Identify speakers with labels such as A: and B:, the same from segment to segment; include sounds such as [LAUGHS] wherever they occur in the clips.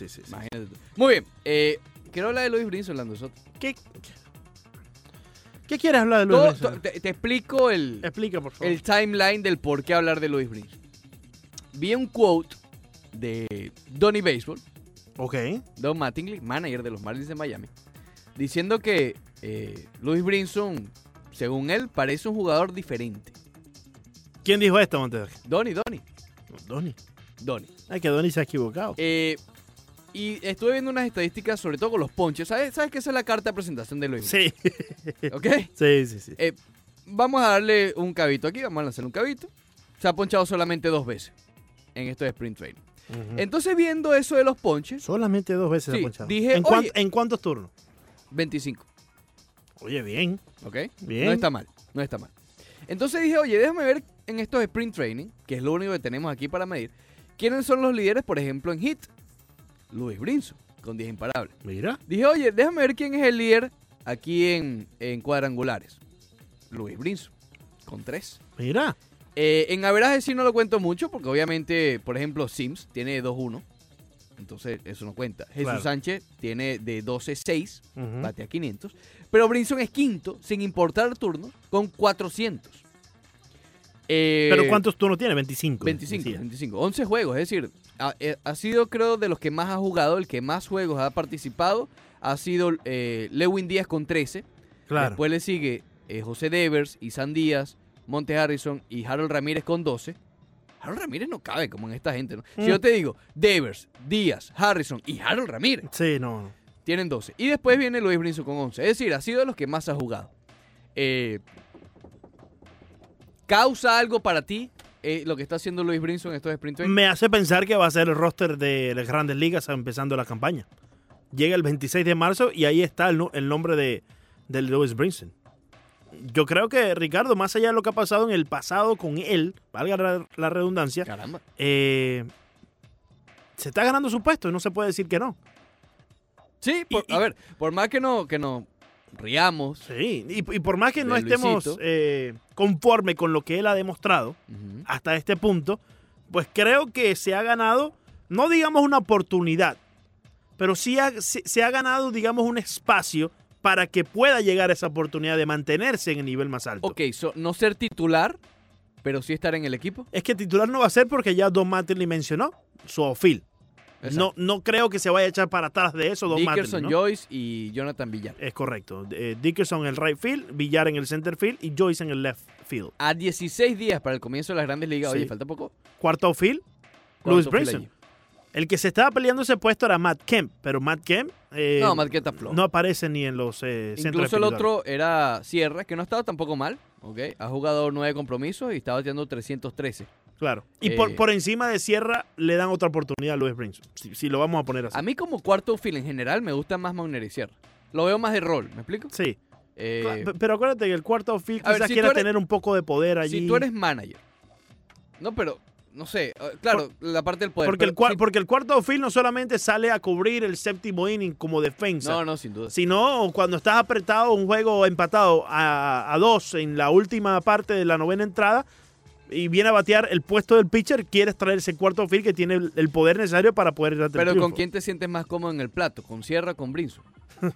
A: Sí, sí, sí.
B: Imagínate tú. Muy bien. eh, quiero hablar de Luis Brinzo, Orlando Soto.
A: ¿Qué, ¿Qué quieres hablar de Luis
B: Todo-
A: Brinson?
B: to- te, te explico el,
A: Explica, por favor.
B: el timeline del por qué hablar de Luis Brinzo. Vi un quote de Donny Baseball,
A: Ok.
B: Don Mattingly, manager de los Marlins de Miami, diciendo que eh, Luis Brinson, según él, parece un jugador diferente.
A: ¿Quién dijo esto, Montes?
B: Donny, Donny,
A: Donny.
B: Donny.
A: Ay, que Donny se ha equivocado.
B: Eh, y estuve viendo unas estadísticas, sobre todo con los ponches. ¿Sabes, ¿Sabes que esa es la carta de presentación de Luis?
A: Sí, [LAUGHS]
B: ¿Ok?
A: sí, sí, sí.
B: Eh, vamos a darle un cabito aquí, vamos a lanzar un cabito. Se ha ponchado solamente dos veces en esto de sprint training.
A: Ujú.
B: Entonces, viendo eso de los ponches,
A: Solamente dos veces
B: sí,
A: ha ponchado.
B: dije,
A: ¿En, cuán-
B: oye-
A: en cuántos turnos?
B: 25,
A: Oye, bien.
B: ¿ok?
A: Bien.
B: No está mal, no está mal. Entonces dije, oye, déjame ver en estos sprint training, que es lo único que tenemos aquí para medir, quiénes son los líderes, por ejemplo, en hit. Luis Brinson, con 10 imparables.
A: Mira.
B: Dije, oye, déjame ver quién es el líder aquí en, en cuadrangulares. Luis Brinson, con 3.
A: Mira.
B: Eh, en averaje sí no lo cuento mucho, porque obviamente, por ejemplo, Sims tiene 2-1. Entonces, eso no cuenta. Jesús
A: Claro.
B: Sánchez tiene de 12-6,
A: Ujú.
B: batea 500. Pero Brinson es quinto, sin importar turno, con 400. Eh,
A: ¿Pero cuántos turnos tiene? 25.
B: 25,
A: decía.
B: 25. 11 juegos, es decir, ha, eh, ha sido creo de los que más ha jugado, el que más juegos ha participado, ha sido eh, Lewin Díaz con 13.
A: Claro.
B: Después le sigue eh, José Devers, Isan Díaz, Monte Harrison y Harold Ramírez con 12. Harold Ramírez no cabe como en esta gente, ¿no? Si
A: Mm.
B: yo te digo Devers, Díaz, Harrison y Harold Ramírez,
A: Sí, no. no.
B: tienen 12. Y después viene Luis Brinson con 11. Es decir, ha sido de los que más ha jugado. Eh, ¿Causa algo para ti eh, lo que está haciendo Luis Brinson en estos sprint training?
A: Me hace pensar que va a ser el roster de las grandes ligas empezando la campaña. Llega el 26 de marzo y ahí está el, no- el nombre de, de Lewis Brinson. Yo creo que, Ricardo, más allá de lo que ha pasado en el pasado con él, valga la, la redundancia,
B: Caramba.
A: eh, se está ganando su puesto y no se puede decir que no.
B: Sí, por-
A: y-
B: a ver, por más que no, que no riamos.
A: Sí, y, y por más que
B: De
A: no estemos
B: Luisito.
A: eh, conforme con lo que él ha demostrado
B: Ujú.
A: hasta este punto, pues creo que se ha ganado, no digamos una oportunidad, pero sí ha- se, se ha ganado, digamos, un espacio para que pueda llegar a esa oportunidad de mantenerse en el nivel más alto.
B: Ok, so, no ser titular, pero sí estar en el equipo.
A: Es que titular no va a ser porque ya Don Mattingly mencionó su ofil. No,
B: Exacto.
A: no creo que se vaya a echar para atrás de eso Don
B: Dickerson
A: Mattingly, ¿no?
B: Joyce y Jonathan Villar.
A: Es correcto. Eh, Dickerson en el right field, Villar en el center field y Joyce en el left field.
B: A 16 días para el comienzo de las grandes ligas.
A: Sí.
B: Oye, falta poco.
A: Cuarto field, Luis
B: ¿Cuánto fue
A: Brinson.
B: allí?
A: El que se estaba peleando ese puesto era Matt Kemp, pero Matt Kemp eh,
B: No, Marqueta Flow.
A: no aparece ni en los eh, centros
B: Incluso el
A: espirituales.
B: otro era Sierra, que no ha estado tampoco mal, ¿ok? Ha jugado nueve compromisos y está bateando 313.
A: Claro. Y
B: Eh,
A: por, por encima de Sierra le dan otra oportunidad a Luis Brinson, si, si lo vamos a poner así.
B: A mí como cuarto fil en general me gusta más Mauner y Sierra. Lo veo más de rol, ¿me explico?
A: Sí.
B: Eh,
A: Cla- pe- pero acuérdate que el cuarto outfield
B: a ver,
A: quizás
B: si
A: quiera
B: tú eres-
A: tener un poco de poder allí.
B: si tú eres manager. No, pero, no sé, eh, claro, la parte del poder.
A: porque, el
B: pero
A: cua-
B: si-
A: porque el cuarto outfield no solamente sale a cubrir el séptimo inning como defensa,
B: No, no, sin duda.
A: sino cuando estás apretado un juego empatado a, a dos en la última parte de la novena entrada y viene a batear el puesto del pitcher, quieres traer ese cuarto field que tiene el, el poder necesario para poder darte el
B: Pero ¿con
A: triunfo.
B: quién te sientes más cómodo en el plato? ¿Con Sierra o con Brinson? [LAUGHS]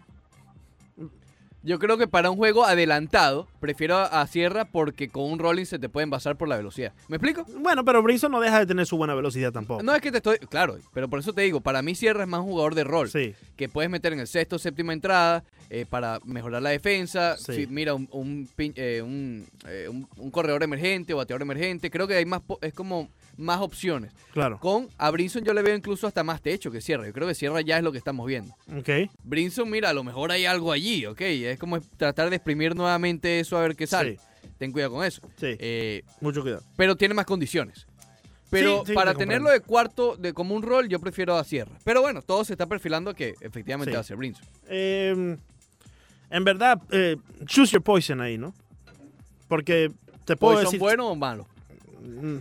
B: Yo creo que para un juego adelantado, prefiero a Sierra porque con un rolling se te pueden basar por la velocidad. ¿Me explico?
A: Bueno, pero Brinson no deja de tener su buena velocidad tampoco.
B: No es que te estoy. Claro, pero por eso te digo, para mí Sierra es más un jugador de rol.
A: Sí,
B: Que puedes meter en el sexto, séptima entrada eh, para mejorar la defensa.
A: Sí.
B: Si mira, un, un, pin- eh, un, eh, un- un corredor emergente o bateador emergente. Creo que hay más. po- Es como más opciones.
A: claro.
B: Con a Brinson yo le veo incluso hasta más techo que Sierra. Yo creo que Sierra ya es lo que estamos viendo.
A: Ok.
B: Brinson, mira, a lo mejor hay algo allí, ¿ok? Es como tratar de exprimir nuevamente eso a ver qué sale. Ten cuidado con eso.
A: Sí, sí.
B: Eh,
A: Mucho cuidado.
B: pero tiene más condiciones. Pero
A: Sí, sí,
B: para
A: te
B: tenerlo
A: comprendo.
B: de cuarto, de como un rol, yo prefiero a Sierra. Pero bueno, todo se está perfilando que efectivamente
A: Sí.
B: va a ser Brinson.
A: Eh, en verdad, eh, choose your poison ahí, ¿no? Porque te puedo
B: ¿Poison
A: decir...
B: bueno o malo?
A: Mm.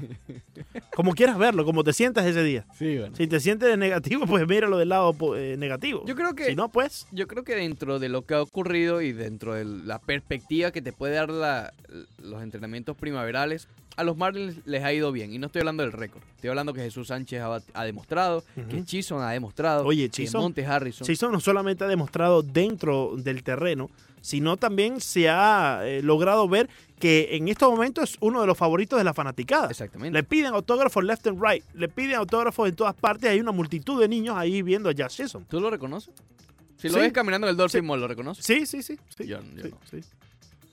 A: como quieras verlo, como te sientas ese día.
B: Sí, bueno.
A: Si te sientes negativo, pues míralo del lado po- eh, negativo.
B: Yo creo que-
A: Si no, pues.
B: Yo creo que dentro de lo que ha ocurrido y dentro de la perspectiva que te puede dar la- los entrenamientos primaverales, a los Marlins les ha ido bien. Y no estoy hablando del récord. Estoy hablando que Jesús Sánchez ha, bat- ha demostrado, que
A: Ujú.
B: Chison ha demostrado,
A: Oye,
B: que
A: Chisholm-
B: Montes Harrison.
A: Sison no solamente ha demostrado dentro del terreno, sino también se ha eh, logrado ver que en estos momentos es uno de los favoritos de la fanaticada.
B: Exactamente.
A: Le piden autógrafos left and right, le piden autógrafos en todas partes, hay una multitud de niños ahí viendo a Jazz Sison.
B: ¿Tú lo reconoces? Si lo
A: Sí.
B: ves caminando en el Dolphin
A: Sí.
B: Mall, ¿lo reconoces?
A: Sí, sí, sí. sí,
B: Yo- yo
A: sí,
B: no.
A: sí.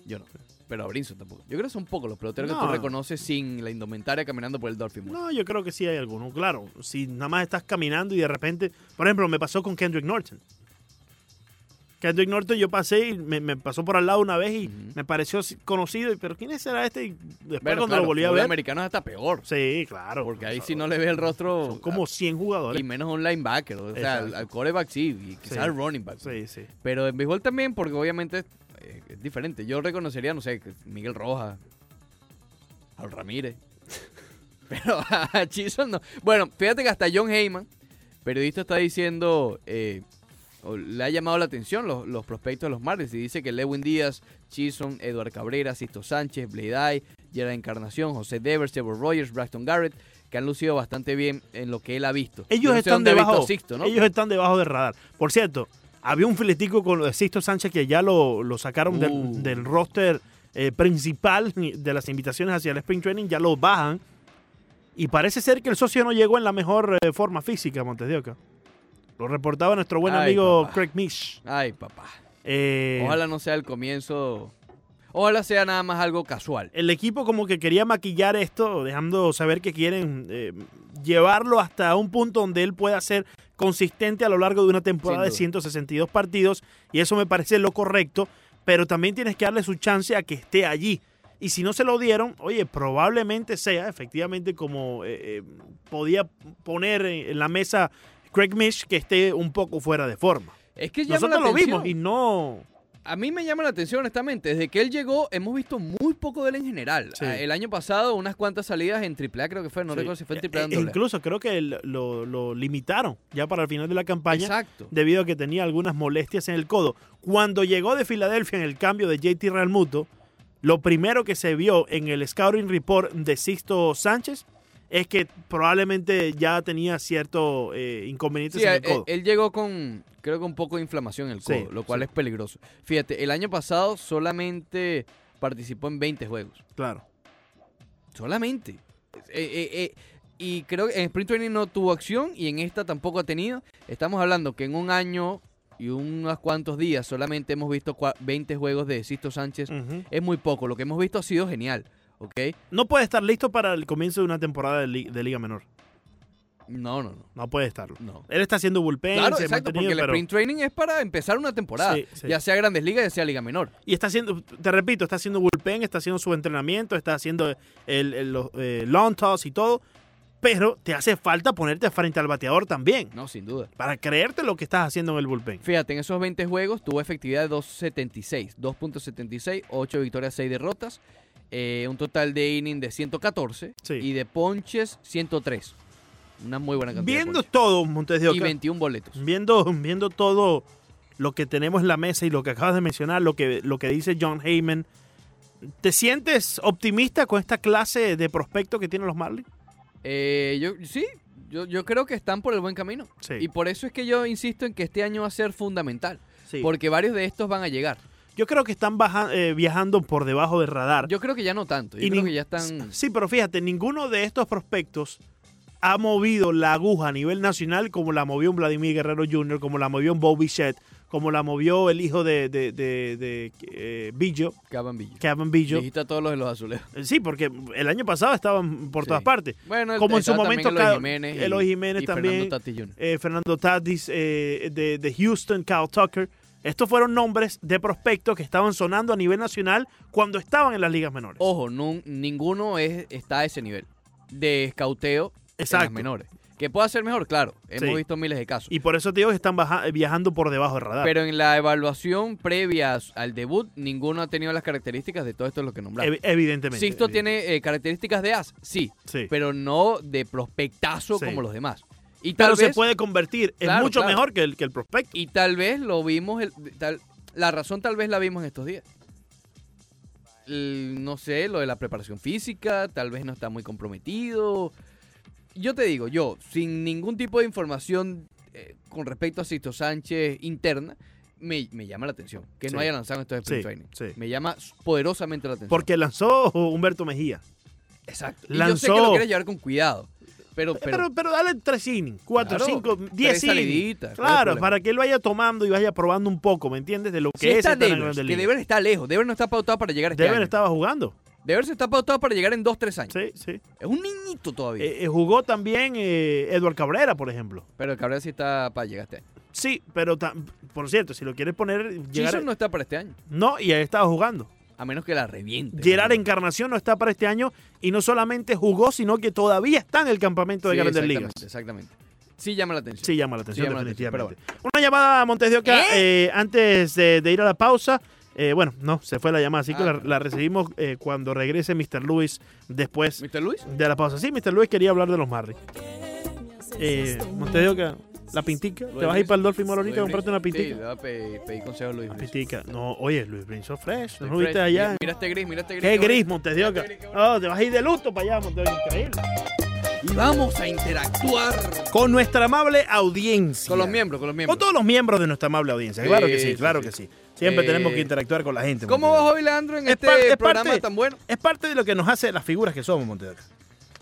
B: Yo no. Pero a Brinson tampoco. Yo creo que son pocos los peloteros que tú
A: No.
B: reconoces sin la indumentaria caminando por el Dolphin Mall.
A: No, yo creo que sí hay alguno. Claro, si nada más estás caminando y de repente, por ejemplo, me pasó con Kendrick Norton. Kendrick Norton, yo pasé y me, me pasó por al lado una vez y
B: Ujú.
A: me pareció si- conocido, y, pero ¿quién será este? Y después
B: Bueno,
A: cuando
B: claro,
A: lo volví a
B: fútbol
A: ver.
B: americano es hasta peor.
A: Sí, claro.
B: Porque
A: O
B: ahí
A: sea,
B: si no le ve el rostro.
A: Son como 100
B: Y
A: jugadores.
B: menos a un linebacker. O sea, al,
A: Exacto.
B: al quarterback sí, y quizás
A: Sí.
B: al running back.
A: Sí, sí.
B: Pero en béisbol también, porque obviamente eh, es diferente. Yo reconocería, no sé, que Miguel Rojas, al
A: [LAUGHS]
B: Ramírez. Pero a Chison no. Bueno, fíjate que hasta John Heyman, periodista, está diciendo. eh, o le ha llamado la atención los, los prospectos de los Marlins y dice que Lewin Díaz, Chison, Eduard Cabrera, Sisto Sánchez, Bleiday, Gerard Encarnación, José Devers, Trevor Rogers, Braxton Garrett, que han lucido bastante bien en lo que él ha visto. Yo
A: Ellos
B: no sé
A: están
B: dónde ha visto a
A: debajo.
B: Sixto, ¿no?
A: Ellos están debajo del radar. Por cierto, había un filetico con lo de Sixto Sánchez que ya lo, lo sacaron
B: Uh.
A: del, del roster eh, principal de las invitaciones hacia el Spring Training, ya lo bajan. Y parece ser que el socio no llegó en la mejor eh, forma física, Montes de Oca. Lo reportaba nuestro buen
B: Ay,
A: amigo
B: papá.
A: Craig Mish.
B: Ay, papá.
A: Eh,
B: Ojalá no sea el comienzo. Ojalá sea nada más algo casual.
A: el equipo como que quería maquillar esto, dejando saber que quieren eh, llevarlo hasta un punto donde él pueda ser consistente a lo largo de una temporada
B: Sin
A: de
B: duda.
A: 162 partidos, y eso me parece lo correcto, pero también tienes que darle su chance a que esté allí. Y si no se lo dieron, oye, probablemente sea efectivamente como eh, eh, podía poner en en la mesa Craig Mish que esté un poco fuera de forma.
B: Es que llama
A: Nosotros
B: la
A: lo
B: atención.
A: vimos y no...
B: A mí me llama la atención, honestamente. Desde que él llegó, hemos visto muy poco de él en general.
A: Sí.
B: Ah, El año pasado, unas cuantas salidas en AAA, creo que fue. No
A: Sí.
B: recuerdo si fue en
A: Eh,
B: AAA. o en
A: eh,
B: doble A.
A: incluso creo que lo- lo, lo limitaron ya para el final de la campaña.
B: Exacto.
A: debido a que tenía algunas molestias en el codo. Cuando llegó de Filadelfia en el cambio de JT Realmuto, lo primero que se vio en el scouting report de Sixto Sánchez es que probablemente ya tenía cierto eh, inconvenientes
B: Sí, eh,
A: en
B: él,
A: el codo.
B: él llegó con, creo que un poco de inflamación en el
A: Sí,
B: codo, lo cual
A: sí.
B: es peligroso. Fíjate, el año pasado solamente participó en 20 juegos.
A: claro.
B: Solamente. Eh, eh, eh, y creo que en Sprint Training no tuvo acción y en esta tampoco ha tenido. Estamos hablando que en un año y unos cuantos días solamente hemos visto cua- 20 juegos de Sisto Sánchez.
A: Ujú.
B: Es muy poco. Lo que hemos visto ha sido genial. ¿Ok?
A: No puede estar listo para el comienzo de una temporada de, li- de Liga Menor.
B: No, no, no.
A: No puede estarlo.
B: no.
A: Él está haciendo bullpen,
B: Claro,
A: se ha
B: exacto, porque
A: mantenido,
B: el
A: pero-
B: sprint training es para empezar una temporada,
A: Sí, sí.
B: ya sea Grandes Ligas, ya sea Liga Menor.
A: y está haciendo, te repito, está haciendo bullpen, está haciendo su entrenamiento, está haciendo el, el- los eh, long toss y todo, pero te hace falta ponerte frente al bateador también.
B: No, sin duda.
A: para creerte lo que estás haciendo en el bullpen.
B: Fíjate, en esos 20 juegos tuvo efectividad de 2.76, 2.76, 8 victorias, 6 derrotas, eh, un total de inning de 114
A: Sí.
B: y de ponches 103. Una muy buena cantidad. de
A: Viendo
B: ponches.
A: todo, Montes de
B: y
A: Oca,
B: 21 boletos.
A: viendo, viendo todo lo que tenemos en la mesa y lo que acabas de mencionar, lo que, lo que dice John Heyman, ¿te sientes optimista con esta clase de prospecto que tienen los Marlins?
B: Eh, yo, sí, yo, yo creo que están por el buen camino.
A: Sí.
B: Y por eso es que yo insisto en que este año va a ser fundamental,
A: Sí.
B: porque varios de estos van a llegar.
A: Yo creo que están baja- eh, viajando por debajo del radar.
B: Yo creo que ya no tanto, yo
A: Y
B: creo
A: nin-
B: que ya están...
A: Sí, pero fíjate, ninguno de estos prospectos ha movido la aguja a nivel nacional como la movió un Vladimir Guerrero Jr., como la movió un Bobby Shett, como la movió el hijo de, de, de- de, eh, Billo,
B: Caban Villa.
A: Kevin Billo.
B: Dijiste a todos los de los azulejos.
A: Sí, porque el año pasado estaban por
B: Sí.
A: todas partes.
B: Bueno, el-
A: Como en su
B: estaba también
A: momento
B: Eloy
A: Ca-
B: Jiménez, y-
A: Eloy Jiménez
B: y
A: también.
B: Fernando Tatis Jr.
A: eh, Fernando Tatis eh, de, de Houston, Kyle Tucker. Estos fueron nombres de prospectos que estaban sonando a nivel nacional cuando estaban en las ligas menores.
B: Ojo, nun- ninguno es, está a ese nivel de escauteo en las
A: Exacto.
B: menores. Que pueda ser mejor, claro. Hemos
A: Sí.
B: visto miles de casos.
A: Y por eso te digo que están baja- viajando por debajo del radar.
B: pero en la evaluación previa a su- al debut, ninguno ha tenido las características de todo esto lo que nombramos.
A: Ev- evidentemente.
B: Sixto
A: evidentemente.
B: tiene eh, características de as, sí,
A: Sí.
B: pero no de prospectazo
A: Sí.
B: como los demás. Y tal
A: Pero se
B: vez-
A: puede convertir en
B: Claro,
A: mucho
B: claro.
A: mejor que el, que el prospecto.
B: Y tal vez lo vimos, el- tal- la razón tal vez la vimos en estos días. el- no sé, lo de la preparación física, tal vez no está muy comprometido. Yo te digo, yo, sin ningún tipo de información eh, con respecto a Sixto Sánchez interna, me, me llama la atención que no
A: Sí.
B: haya lanzado estos sprint
A: Sí,
B: training.
A: sí.
B: Me llama poderosamente la atención.
A: Porque lanzó Humberto Mejía.
B: Exacto. Y yo sé que lo
A: lanzó-
B: quieres llevar con cuidado. Pero,
A: Pero,
B: pero,
A: pero, dale tres innings, cuatro,
B: Claro,
A: cinco,
B: tres
A: diez innings.
B: saliditas, ¿cuál es el
A: Claro,
B: problema?
A: para que él vaya tomando y vaya probando un poco, ¿me entiendes? De lo que
B: si
A: es
B: está
A: estar en
B: Devers,
A: Grandes
B: que
A: Ligas.
B: Deber está lejos. Deber no está pautado para llegar este
A: Dever
B: año.
A: estaba jugando.
B: Deber se está pautado para llegar en 2-3 años.
A: Sí, sí.
B: Es un niñito todavía.
A: Eh, eh, jugó también eh, Edward Cabrera, por ejemplo.
B: pero el Cabrera sí está para llegar este año.
A: Sí, pero ta- por cierto, si lo quieres poner, llegar-
B: Chisholm no está para este año.
A: no, y ahí estaba jugando.
B: A menos que la reviente.
A: Gerard Encarnación no está para este año y no solamente jugó, sino que todavía está en el campamento de
B: Sí,
A: Grandes
B: exactamente,
A: Ligas.
B: Exactamente. Sí llama la atención.
A: Sí, llama la atención,
B: Sí llama la atención,
A: definitivamente. Una llamada a Montes de Oca eh, antes de, de ir a la pausa. Eh, bueno, no, se fue la llamada, así que
B: Ah,
A: la,
B: no.
A: la recibimos eh, cuando regrese Mr. Luis después
B: ¿Mr. Luis?
A: de la pausa. Sí, Mr. Luis quería hablar de los Marlins. Eh, Montes de Oca, la pintica. ¿Te vas a ir para el Dolphin Mall ahorita a comprarte una
B: Sí,
A: pintica?
B: le voy a pedir, pedir consejo a Luis.
A: Una
B: Brice.
A: pintica. No, oye, Luis Brinson Fresh.
B: Estoy
A: ¿No lo viste
B: fresh.
A: allá?
B: Mira, mira este gris, mira este gris.
A: Qué
B: bonito.
A: gris, Montes de Oca.
B: Qué gris, qué bonito.
A: Oh, te vas a ir de luto para allá, Montes de Oca. Increíble.
B: Y vamos a interactuar
A: Con nuestra amable audiencia.
B: con los miembros, con los miembros.
A: Con todos los miembros de nuestra amable audiencia. Claro que
B: Sí,
A: sí,
B: sí,
A: claro
B: sí.
A: que sí. Siempre
B: Eh,
A: tenemos que interactuar con la gente.
B: ¿Cómo
A: Montevideo.
B: vas hoy, Leandro, en
A: Es
B: este
A: par- es
B: programa
A: parte-
B: tan bueno?
A: Es parte de lo que nos hace las figuras que somos, Montedoca.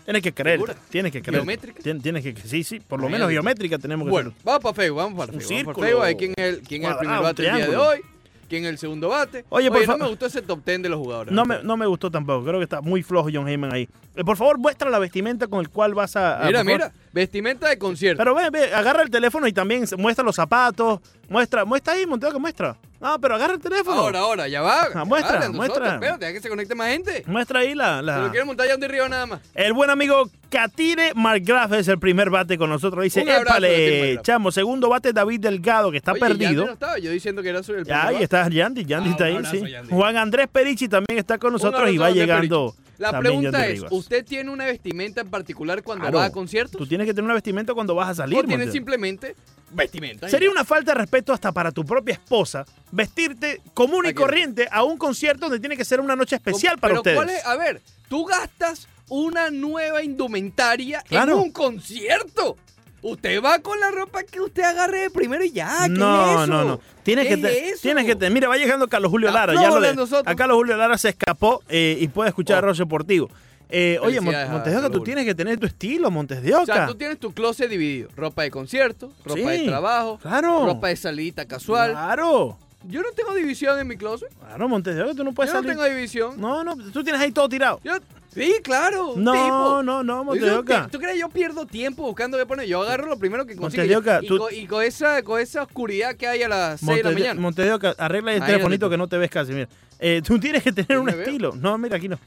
A: Tienes que creer.
B: ¿Figura?
A: Tienes que creer.
B: ¿Geométrica?
A: Tien- Tienes que sí, sí, por lo
B: Bien.
A: menos geométrica tenemos que
B: Bueno,
A: ser.
B: vamos para Facebook, vamos para
A: Un
B: Facebook. Vamos para
A: círculo
B: Facebook, a ver quién es el, quién es el primer
A: cuadrado, un
B: bate el día de
A: triángulo.
B: hoy, quién es el segundo bate.
A: Oye, por
B: no
A: fa-
B: me gustó ese top ten de los jugadores.
A: No me, no me gustó tampoco. Creo que está muy flojo John Heyman ahí. Eh, Por favor, muestra la vestimenta con el cual vas a. a-
B: Mira,
A: por favor.
B: mira, vestimenta de concierto.
A: Pero ve, ve, agarra el teléfono y también se- muestra los zapatos. Muestra, muestra ahí, Montedoca, muestra. No, pero agarra el teléfono.
B: Ahora, ahora, ya va. ya va,
A: Ah, muestra,
B: Leandro Soto,
A: muestra.
B: Espérate, deja que se conecte más gente.
A: Muestra ahí la. la-
B: Se lo quiero montar ya un de arriba nada más.
A: El buen amigo Katire Margraf es el primer bate con nosotros. Dice,
B: Un abrazo, Katire
A: épale,
B: Margraf".
A: chamo. Segundo bate David Delgado, que está
B: Oye, y Yandy
A: perdido.
B: no estaba yo diciendo que era sobre el primer
A: Ya, ahí
B: bate.
A: está Yandy, Yandy
B: Ah,
A: está
B: un
A: ahí,
B: abrazo,
A: sí.
B: Yandy.
A: Juan Andrés Perichi también está con
B: Un
A: nosotros
B: abrazo
A: y va
B: a Andrés
A: llegando.
B: Perichi. La
A: también
B: pregunta
A: Yandy
B: es,
A: Rivas.
B: ¿usted tiene una vestimenta en particular cuando
A: Claro.
B: va a conciertos?
A: Tú tienes que tener una vestimenta cuando vas a salir.
B: ¿O tiene
A: Montes.
B: simplemente vestimenta?
A: Sería una falta de respeto hasta para tu propia esposa vestirte común y
B: Aquí.
A: corriente a un concierto donde tiene que ser una noche especial
B: Com-
A: para
B: pero
A: ustedes.
B: ¿cuál es? A ver, tú gastas una nueva indumentaria
A: Claro.
B: en un concierto. Usted va con la ropa que usted agarre de primero y ya. Ah, ¿Qué
A: no,
B: es eso?
A: no, no. Tienes
B: ¿Qué
A: que,
B: es
A: te-
B: eso?
A: tienes que te- mira, va llegando Carlos Julio
B: Está
A: Lara.
B: flojo
A: Ya lo de-
B: Leandro Soto.
A: a Carlos Julio Lara se escapó eh, y puede escuchar
B: Oh.
A: a Rocio Portivo. Eh, oye, Mon-
B: Felicidades a
A: Montes de Oca,
B: Carlos
A: tú
B: Julio.
A: tienes que tener tu estilo, Montes de
B: O sea,
A: Oca.
B: tú tienes tu closet dividido. Ropa de concierto, ropa
A: Sí,
B: de trabajo,
A: claro.
B: ropa de salidita casual.
A: Claro.
B: Yo no tengo división en mi closet.
A: Claro, Montes de Oca, tú no puedes
B: Yo
A: Pues salir.
B: no tengo división.
A: No, no, tú tienes ahí todo tirado.
B: Yo- sí, claro. un
A: No,
B: tipo.
A: no, no, Montes
B: Yo-
A: de Oca.
B: ¿Tú crees yo pierdo tiempo buscando qué poner? Yo agarro lo primero que consigo.
A: Montes de Oca,
B: y,
A: tú-
B: co- y con, esa, con esa oscuridad que hay a las 6 de la
A: Montes de,
B: mañana.
A: Montes de Oca, arregla el
B: Imagínate
A: telefonito
B: tú.
A: que no te ves casi, mira. Eh, tú tienes que tener
B: ¿Sí
A: un
B: me veo?
A: estilo. No, mira, aquí no.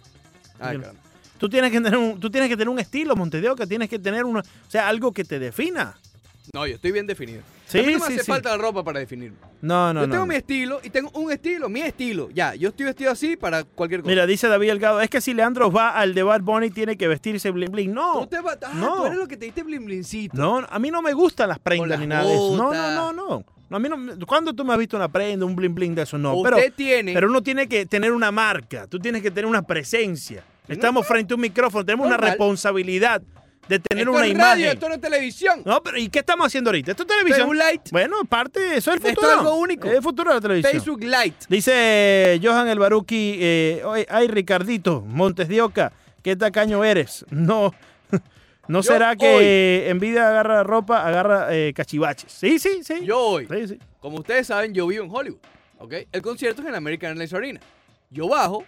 B: Ah,
A: Yo-
B: caramba.
A: Tú tienes que tener un, tú tienes que tener un estilo, Montes de Oca. Tienes que tener una, o sea, algo que te defina.
B: No, yo estoy bien definido.
A: Sí,
B: a mí no me
A: sí,
B: hace
A: sí.
B: falta la ropa para definirme.
A: No, no,
B: yo
A: no.
B: tengo
A: no.
B: mi estilo y tengo un estilo, mi estilo. Ya, yo estoy vestido así para cualquier cosa.
A: Mira, dice David Delgado, es que si Leandro va al de Bad Bunny tiene que vestirse bling bling. No,
B: tú te va- ah,
A: no.
B: tú eres lo que te diste blimblincito.
A: no, a mí no me gustan las prendas
B: las
A: ni nada de eso. No,
B: botas.
A: no, no, no. No, A mí no, ¿Cuándo tú me has visto una prenda, un bling bling de eso? No, pero,
B: Usted tiene.
A: pero uno tiene que tener una marca, tú tienes que tener una presencia. Estamos frente a un micrófono, tenemos una
B: Normal.
A: responsabilidad de tener
B: esto
A: una
B: es
A: imagen.
B: radio, esto no es televisión.
A: No, pero ¿y qué estamos haciendo ahorita? ¿Esto es televisión?
B: Facebook Lite.
A: Bueno, parte, eso es el
B: Esto es
A: futuro.
B: algo único.
A: Es el futuro de la televisión.
B: Facebook Lite.
A: Dice Johan el Baruki, eh, oye, ay Ricardito, Montes de Oca, qué tacaño eres. No, [LAUGHS] no
B: Yo
A: será que en vida agarra ropa, agarra eh, cachivaches. Sí, sí, sí.
B: Yo hoy,
A: Sí, sí.
B: como ustedes saben, yo vivo en Hollywood. ¿ok? El concierto es en American Airlines Arena. Yo bajo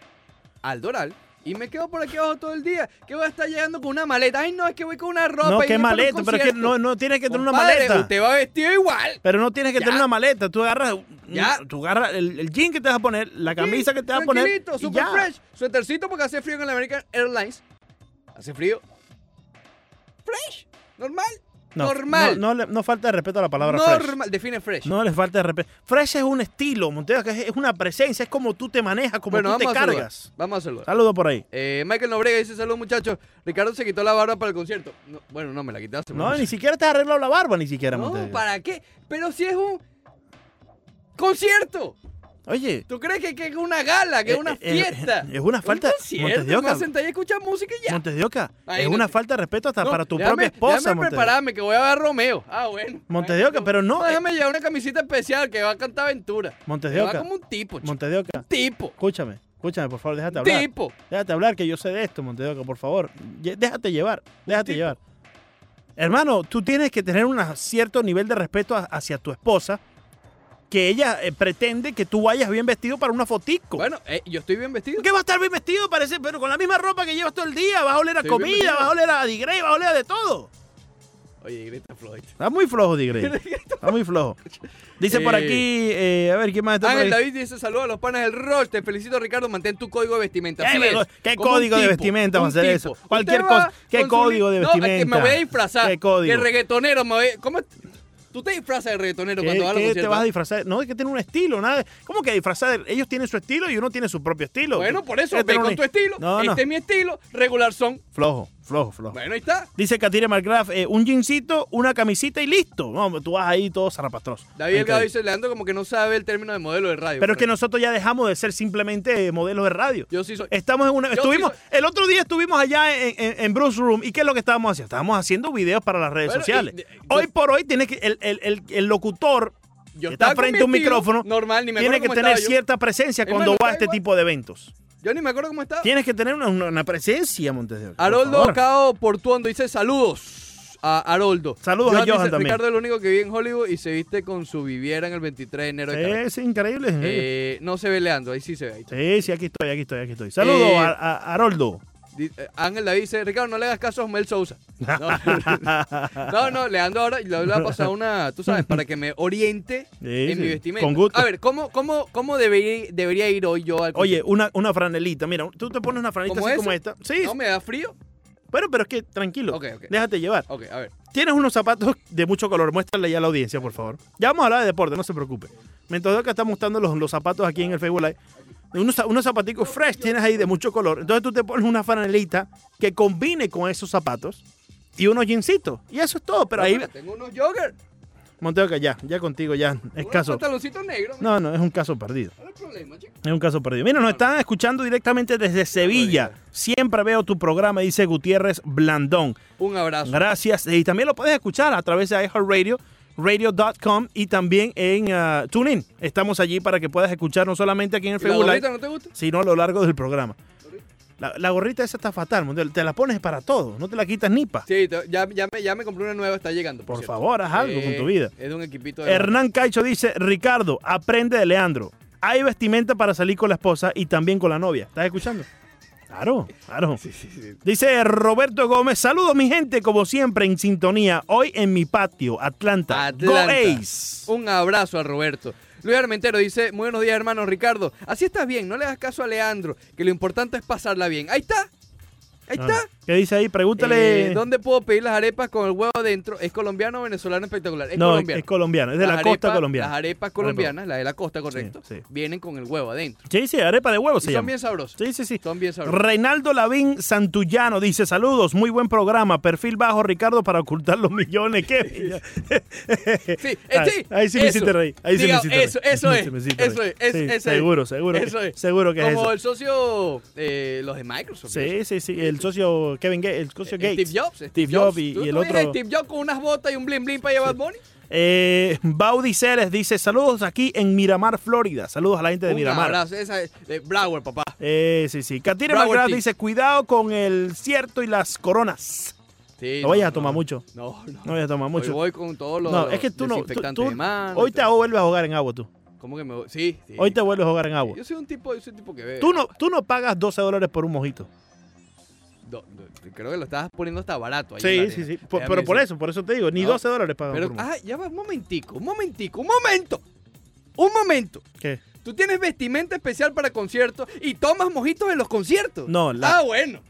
B: al Doral y me quedo por aquí abajo todo el día. Que voy a estar llegando con una maleta. Ay, no, es que voy con una ropa.
A: No,
B: y
A: qué
B: voy para un
A: maleta, pero es que
B: concierto.
A: no, no tienes que tener una
B: Compadre,
A: maleta.
B: Usted va vestido igual.
A: Pero no tienes que
B: Ya.
A: tener una maleta, tú agarras,
B: Ya.
A: tú agarras el, el jean que te vas a poner, la camisa
B: Sí,
A: que te vas a poner.
B: tranquilito,
A: y
B: super
A: ya.
B: fresh. Suétercito porque hace frío en la American Airlines. Hace frío. Fresh. Normal.
A: No,
B: normal.
A: No, no le- no falta de respeto a la palabra fresh.
B: normal. Define fresh.
A: No les falta de respeto. Fresh es un estilo, Montejo, que es es una presencia, es como tú te manejas, como
B: bueno,
A: tú
B: vamos
A: te
B: a saludar,
A: cargas.
B: Vamos a saludar.
A: Saludo por ahí.
B: Eh, Michael Nobrega dice saludos muchachos. Ricardo se quitó la barba para el concierto. No, bueno, no, me la quitaste.
A: No, ni siquiera te has arreglado la barba, ni siquiera, Montejo.
B: No, ¿para qué? Pero si es un concierto.
A: Oye,
B: ¿Tú crees que, que es una gala, que es una
A: eh, eh,
B: fiesta?
A: es una falta.
B: Un concierto,
A: Montes de Oca,
B: me voy a sentar y escuchar música y ya.
A: Montes de Oca, es
B: Imagínate.
A: una falta de respeto hasta
B: No,
A: para tu
B: déjame-
A: propia esposa,
B: Déjame
A: Montes de Oca.
B: prepararme, que voy a ver a Romeo. Ah, bueno.
A: Montes de Oca, pero no, eh,
B: Déjame llevar una camiseta especial que va a cantar Aventura.
A: Montes
B: Que
A: de
B: va
A: Oca,
B: como un tipo, chico.
A: Montes de Oca,
B: tipo.
A: escúchame, escúchame, por favor, déjate hablar.
B: Tipo.
A: Déjate hablar, que yo sé de esto, Montes de Oca, por favor. Ye- Déjate llevar, déjate
B: tipo.
A: llevar. Hermano, tú tienes que tener un cierto nivel de respeto a- hacia tu esposa, que ella eh, pretende que tú vayas bien vestido para una fotico.
B: Bueno, eh, yo estoy bien vestido.
A: ¿Qué va a estar bien vestido? Parece, pero con la misma ropa que llevas todo el día. Vas a oler a
B: Estoy bien
A: comida,
B: vestido.
A: vas a oler a digrey, vas a oler a de todo.
B: Oye, grita Floyd.
A: Está muy
B: [LAUGHS]
A: flojo, digrey. Está muy flojo. Dice por
B: Eh.
A: aquí, eh, a ver, ¿quién más está por
B: Ángel
A: ahí?
B: David dice, saludos a los panas del Rush. Te felicito, Ricardo. Mantén tu código de vestimenta.
A: ¿Qué,
B: Así es,
A: qué
B: como un
A: código de
B: tipo,
A: vestimenta
B: un
A: vamos a hacer
B: tipo.
A: eso? Cualquier
B: Usted
A: cosa.
B: va
A: ¿Qué
B: con su
A: código de
B: li- No, es que
A: vestimenta?
B: me voy a disfrazar.
A: ¿Qué código?
B: De reggaetonero. Me voy... ¿Cómo es? ¿Tú te disfrazas de reggaetonero
A: ¿Qué-
B: cuando vas a los
A: qué te
B: conciertos?
A: vas a disfrazar? No, es que tiene un estilo, nada. ¿Cómo que disfrazar? Ellos tienen su estilo y uno tiene su propio estilo.
B: Bueno, por eso,
A: Ellos
B: ve
A: tienen
B: con
A: un-
B: tu estilo.
A: Este No, no.
B: Este es mi estilo. Regular son.
A: Flojo, flojo, flojo.
B: Bueno, ahí está.
A: Dice Katina Margraf, eh, un jeansito, una camisita y listo. No, tú vas ahí todo zarapastroso.
B: David Delgado
A: Increíble.
B: dice, Leandro como que no sabe el término de modelo de radio. pues".
A: Pero es que nosotros ya dejamos de ser simplemente eh, modelos de radio.
B: Yo sí soy...
A: Estamos en una.
B: Yo
A: Estuvimos.
B: sí
A: El otro día estuvimos allá en, en- en Bruce Room. ¿Y qué es lo que estábamos haciendo? Estábamos haciendo videos para las redes
B: Bueno, y-
A: sociales.
B: de-
A: hoy
B: yo-
A: por hoy tienes que. El, el- el- el locutor
B: Yo
A: que está
B: estaba con
A: frente
B: mi
A: a un
B: estilo
A: micrófono
B: Normal, ni me
A: tiene que
B: acuerdo cómo
A: tener
B: estaba yo.
A: cierta presencia
B: Hermano,
A: cuando va a
B: da
A: este
B: igual.
A: tipo de eventos.
B: Yo ni me acuerdo cómo estaba.
A: Tienes que tener una, una- una presencia, Montes de Oca, por
B: Haroldo
A: favor.
B: Cao Portuondo dice saludos a Haroldo.
A: Saludos a Johan también.
B: Ricardo es el único que vive en Hollywood y se viste con su viviera en el 23 de enero. de Caracas.
A: Es increíble. sí.
B: Eh, no se ve Leandro, ahí sí se ve. ahí está.
A: Sí, sí, aquí estoy, aquí estoy, aquí estoy. Saludos
B: Eh,
A: a, a- Haroldo.
B: Di- eh, Ángel David dice, Ricardo, no le hagas caso a Osmel Sousa. No, no, no, Leandro ahora le voy a pasar una, tú sabes, para que me oriente
A: Sí,
B: en mi
A: sí,
B: vestimenta.
A: con gusto.
B: A ver, ¿cómo, cómo, cómo debería, debería ir hoy yo al
A: Oye, una, una franelita. Mira, tú te pones una franelita
B: ¿Como
A: así
B: esa?
A: como esta. Sí,
B: concierto? ¿No me da frío?
A: pero, pero es que tranquilo.
B: Ok, ok.
A: Déjate llevar.
B: Ok, a ver.
A: Tienes unos zapatos de mucho color. Muéstrale ya a la audiencia, por favor. Ya vamos a hablar de deporte, no se preocupe. Mientras acá está mostrando los, los zapatos aquí en el Facebook Live. Unos, za- unos zapaticos fresh tienes ahí de mucho color. Entonces tú te pones una franelita que combine con esos zapatos y unos jeansitos. Y eso es todo. Pero ahí,
B: Tengo unos joggers.
A: Monteoca, ya, ya contigo, ya. Es
B: unos
A: caso.
B: pantaloncitos negros.
A: No, no, es un caso perdido.
B: ¿Cuál es el problema, chico?
A: Es un caso perdido. Mira, nos están escuchando directamente desde Sevilla. Siempre veo tu programa, dice Gutiérrez Blandón.
B: Un abrazo.
A: Gracias. Y también lo puedes escuchar a través de iHeartRadio, radio.com y también en ah, TuneIn. Estamos allí para que puedas escuchar no solamente aquí en el
B: ¿Y la
A: Facebook
B: gorrita
A: Live,
B: no te gusta?
A: sino a lo largo del programa. La, la gorrita esa está fatal, Mondel. te la pones para todo, no te la quitas ni pa.
B: Sí, te- ya, ya, me, ya me compré una nueva, está llegando.
A: Por
B: cierto. Eh,
A: favor, haz algo con tu vida.
B: Es de un equipito de...
A: Hernán Caicho dice, Ricardo, aprende de Leandro. Hay vestimenta para salir con la esposa y también con la novia. ¿Estás escuchando? Claro, claro.
B: Sí, sí, sí.
A: Dice Roberto Gómez, saludos mi gente, como siempre, en sintonía, hoy en mi patio, Atlanta.
B: Atlanta. Uh,
A: Go Ace.
B: Un abrazo a Roberto. Luis Armentero dice, muy buenos días, hermano Ricardo. Así estás bien, no le hagas caso a Leandro, que lo importante es pasarla bien. Ahí está. Ahí está.
A: Ah, ¿Qué dice ahí? Pregúntale.
B: Eh, ¿Dónde puedo pedir las arepas con el huevo dentro? ¿Es colombiano o venezolano espectacular? Es
A: no,
B: colombiano.
A: es colombiano, es de la
B: Las
A: costa
B: arepas- Las
A: colombiana.
B: arepas colombianas, las de la costa, correcto,
A: Sí, sí.
B: vienen con el huevo adentro.
A: ¿Qué dice? Arepa de huevo
B: Y
A: se
B: son
A: llama.
B: bien sabrosas.
A: Sí, sí, sí.
B: Son bien sabrosas.
A: Reinaldo Lavín Santullano dice, saludos, muy buen programa, perfil bajo Ricardo para ocultar los millones. [LAUGHS] Qué bella.
B: Sí,
A: Ah,
B: eh, sí.
A: ahí sí me
B: eso.
A: hiciste reír. Ahí sí me
B: Diga,
A: hiciste reír.
B: Eso, eso es.
A: Sí [LAUGHS] me hiciste
B: Eso es.
A: reír.
B: es-
A: Sí,
B: eso es.
A: seguro, seguro que-
B: Eso es.
A: seguro que es
B: Como
A: eso.
B: el socio eh, los de Microsoft. ¿no?
A: Sí, sí, sí. El socio Kevin Gates, el socio
B: Eh,
A: Gates.
B: Steve Jobs.
A: Steve Jobs y,
B: ¿Tú-
A: y
B: tú
A: el
B: vienes
A: otro.
B: Steve Jobs con unas botas y un bling bling para llevar Bonnie.
A: Eh, Baudi Ceres dice, saludos aquí en Miramar, Florida. Saludos a la gente de
B: Un
A: Miramar.
B: abrazo. Esa es de Broward, papá.
A: Eh, sí, sí. Katina
B: Bravo,
A: McGrath
B: Steve.
A: dice, cuidado con el cierto y las coronas.
B: Sí,
A: No vayas a tomar mucho.
B: No, no.
A: No voy a tomar
B: Hoy
A: mucho.
B: voy con todos los
A: No, es que tú no... tú-
B: desinfectantes
A: tú-
B: de mano.
A: hoy te vuelves a jugar en agua, tú.
B: ¿Cómo que me voy? Sí, sí.
A: Hoy te vuelves a jugar en agua.
B: Yo soy un tipo, yo soy un tipo que bebe.
A: Tú no, tú no pagas 12 dólares por un mojito.
B: No, no, creo que lo estabas poniendo hasta barato. ahí en la
A: Sí, sí,
B: arena.
A: sí. Por-
B: Déjame
A: pero por
B: decir.
A: eso, por eso te digo, ni
B: No.
A: 12 dólares pagas
B: Pero,
A: por un mojito.
B: ah, ya va, un momentico, un momentico, un momento. Un momento.
A: ¿Qué?
B: Tú tienes vestimenta especial para conciertos y tomas mojitos en los conciertos.
A: No, la-
B: Ah, bueno.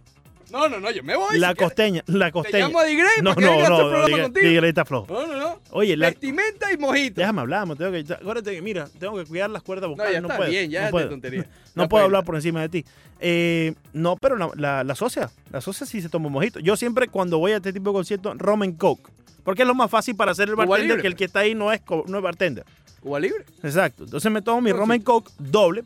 B: No, no, no, yo me voy.
A: La
B: si quieres.
A: costeña, la
B: Te
A: costeña.
B: llamo a Digrey para
A: No,
B: que venga
A: no,
B: a hacer
A: no, no,
B: programa
A: diga-
B: contigo.
A: Digrey está flojo.
B: No, no, no.
A: Oye, la-
B: Vestimenta y mojitos.
A: Déjame hablar, me tengo que. Acuérdate que, mira, tengo que cuidar las cuerdas
B: No,
A: vocales.
B: ya
A: No,
B: está
A: puedo.
B: bien, ya
A: no
B: es de
A: puedo,
B: tontería.
A: [LAUGHS] No
B: Ya
A: puedo
B: puede.
A: hablar por encima de ti. Eh, no, pero la, la, la socia, la socia sí se toma un mojito. Yo siempre, cuando voy a este tipo de conciertos, rum and coke. Porque es lo más fácil para hacer el
B: Cuba
A: bartender,
B: Libre,
A: que el
B: pues.
A: que está ahí no es, co- no es bartender.
B: Cuba Libre.
A: Exacto. Entonces me tomo mi rum and coke doble,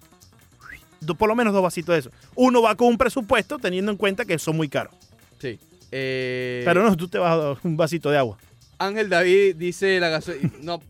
A: do- por lo menos dos vasitos de eso. Uno va con un presupuesto teniendo en cuenta que son muy caros.
B: Sí. Eh,
A: Pero no, tú te vas a dar un vasito de agua.
B: Ángel David dice la gaso- No,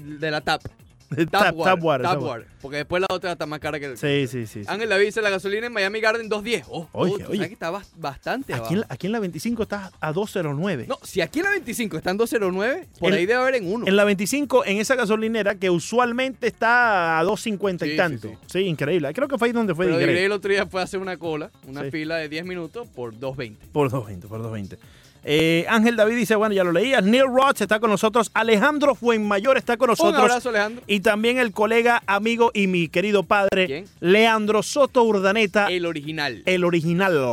B: de la TAP.
A: De
B: Tap,
A: [LAUGHS] tap- tap water, tap water.
B: Porque después la otra está más cara que el.
A: Sí, sí, sí. sí.
B: Ángel David dice la gasolina en Miami Garden 2.10. Oh,
A: Oye,
B: oh, tú
A: oye.
B: sabes que está bas- bastante abajo.
A: Aquí en, la, aquí en la 25 estás a 209.
B: No, si aquí en la 25 están 209, por
A: El-
B: ahí debe haber en uno.
A: En la 25, en esa gasolinera que usualmente está a 250
B: Sí,
A: y
B: sí,
A: tanto. Sí,
B: sí.
A: increíble. Creo que fue ahí donde fue
B: Pero
A: increíble.
B: Digrey el otro día fue a hacer una cola, una
A: Sí.
B: fila de 10 minutos por 220.
A: Por 220, por 220. Eh, Ángel David dice, bueno, ya lo leías. Neil Roth está con nosotros. Alejandro Fuenmayor está con
B: Un
A: nosotros.
B: abrazo, Alejandro.
A: Y también el colega, amigo y mi querido padre,
B: ¿Quién?
A: Leandro Soto Urdaneta, Ah. el,
B: El original.
A: original.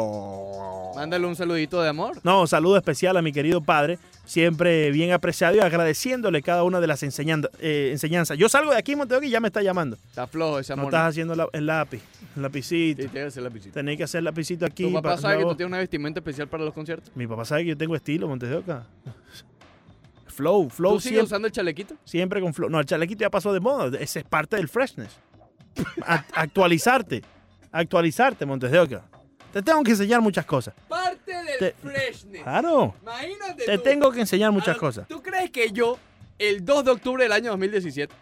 B: Mándale un saludito de amor.
A: No, saludo especial a mi querido padre, siempre bien apreciado y agradeciéndole cada una de las enseñanda- eh, enseñanzas. Yo salgo de aquí, Montego, y ya me está llamando.
B: Está flojo ese
A: No
B: amor.
A: estás haciendo la- el lápiz, el lapicito.
B: Sí, tiene que ser la visita.
A: Tenéis que hacer lapicito aquí.
B: ¿Tu papá
A: para-
B: sabe que
A: luego-
B: tú tienes una vestimenta especial para los conciertos?
A: Mi papá sabe que yo tengo estilo, Montes de
B: [LAUGHS]
A: Oca. Flow, flow
B: ¿Tú sigues
A: siempre,
B: usando el chalequito?
A: siempre con flow. No, el chalequito ya pasó de moda. Ese es parte del freshness. A- actualizarte. Actualizarte, Montes de Oca. Te tengo que enseñar muchas cosas.
B: Parte del
A: Te-
B: freshness.
A: Claro.
B: Imagínate
A: Ah. Te
B: tú.
A: tengo que enseñar
B: Ahora,
A: muchas cosas.
B: Ah, ¿Tú crees que yo, el 2 de octubre del año 2017,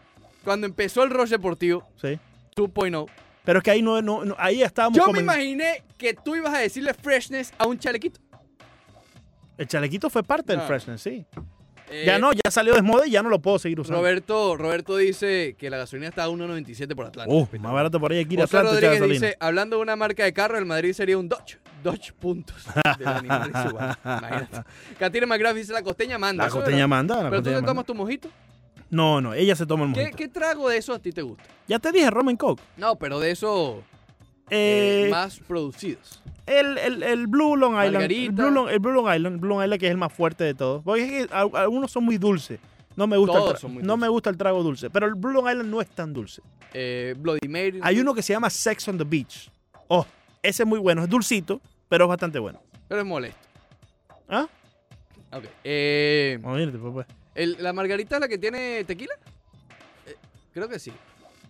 B: cuando empezó el Rush Deportivo
A: Sí.
B: 2.0,
A: Pero es que ahí no, no- no- ahí estábamos
B: yo
A: como
B: me
A: en-
B: imaginé que tú ibas a decirle freshness a un chalequito.
A: El chalequito fue parte del
B: Ah.
A: freshness, sí.
B: Eh,
A: ya no, ya salió de moda y ya no lo puedo seguir usando.
B: Roberto, Roberto dice que la gasolina está a 1.97 por Atlanta.
A: Uh, más barato por ahí aquí ir a
B: José
A: Atlanta, echar
B: Rodríguez
A: gasolina.
B: dice, hablando de una marca de carro, el Madrid sería un Dodge. Dodge
A: [LAUGHS]
B: puntos. del animal Subaru. Imagínate. Katina McGrath dice, la costeña manda.
A: La
B: Eso es
A: costeña
B: verdad.
A: manda. la
B: Pero tú
A: costeña
B: te
A: manda.
B: tomas tu mojito.
A: No, no, ella se toma el
B: ¿Qué,
A: mojito.
B: ¿Qué trago de eso a ti te gusta?
A: Ya te dije, Roman Coke.
B: No, pero de eso eh,
A: Eh,
B: más producidos.
A: el, el, el Blue Long Island.
B: Margarita.
A: El Blue Long, el Blue Long Island. el Blue Long Island que es el más fuerte de todos. Porque es que al- algunos son muy dulces. No me gusta,
B: Todos
A: el, tra-
B: son muy
A: no
B: dulces.
A: me gusta el trago dulce. Pero el Blue Long Island no es tan dulce.
B: Eh, Bloody Mary.
A: Hay uno que se llama Sex on the Beach. Oh, ese es muy bueno. Es dulcito, pero es bastante bueno.
B: Pero es molesto.
A: ¿Ah?
B: Ok. Eh,
A: Imagínate, pues, pues.
B: el- ¿La margarita es la que tiene tequila? Eh, creo que sí.